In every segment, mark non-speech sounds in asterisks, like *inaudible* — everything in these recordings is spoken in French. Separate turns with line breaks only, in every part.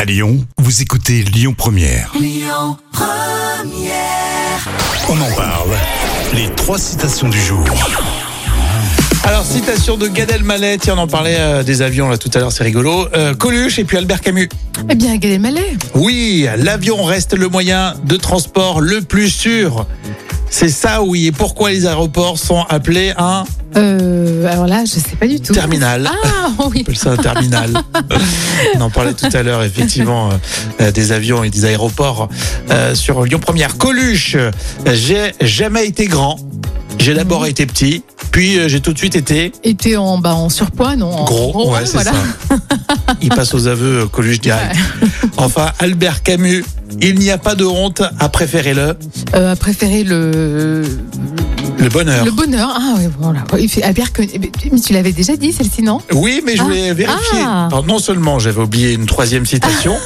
À Lyon, vous écoutez Lyon Première. On en parle. Les trois citations du jour.
Alors, citation de Gad Elmaleh, tiens, on en parlait euh, des avions là tout à l'heure, c'est rigolo. Euh, Coluche et puis Albert Camus.
Eh bien, Gad Elmaleh.
Oui, l'avion reste le moyen de transport le plus sûr. C'est ça, oui, et pourquoi les aéroports sont appelés
*laughs*
un
Euh, alors là, je sais pas du tout.
terminal.
Ah oui.
On appelle ça un terminal. on en parlait tout à l'heure, effectivement, euh, euh, des avions et des aéroports euh, sur Lyon Première. Coluche, euh, j'ai jamais été grand. J'ai d'abord été petit, puis euh, j'ai tout de suite été
Et t'es en, bah, en surpoids, non en hein,
Gros, ouais, c'est
voilà.
ça. Il passe aux aveux, euh, Coluche direct. Enfin, Albert Camus, il n'y a pas de honte à préférer le,
Euh, à préférer le
le bonheur.
le bonheur. Ah oui, voilà. Il fait- Albert Camus. Mais tu l'avais déjà dit celle-ci, non
Oui, mais je
Ah.
vais vérifier.
Ah.
Alors, non seulement j'avais oublié une troisième
*laughs*
citation,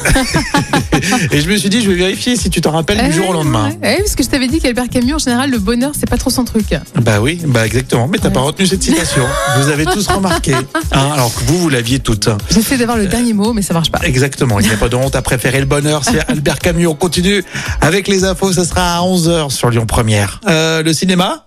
et je me suis dit, je vais vérifier si tu t'en rappelles du jour au
Ouais,
lendemain.
Eh ouais. Ouais, parce que je t'avais dit qu'Albert Camus, en général, le bonheur, c'est pas trop son truc.
Bah oui, bah exactement. Mais t'as
Ouais.
pas retenu cette citation. vous avez tous remarqué. hein, alors que vous, vous l'aviez toute.
J'essaie d'avoir
Euh.
le dernier mot, mais ça marche pas.
Exactement. Il n'y a pas de honte à préférer le bonheur. C'est Albert Camus. On continue avec les infos. Ça sera à 11h sur Lyon Première. Euh, le cinéma,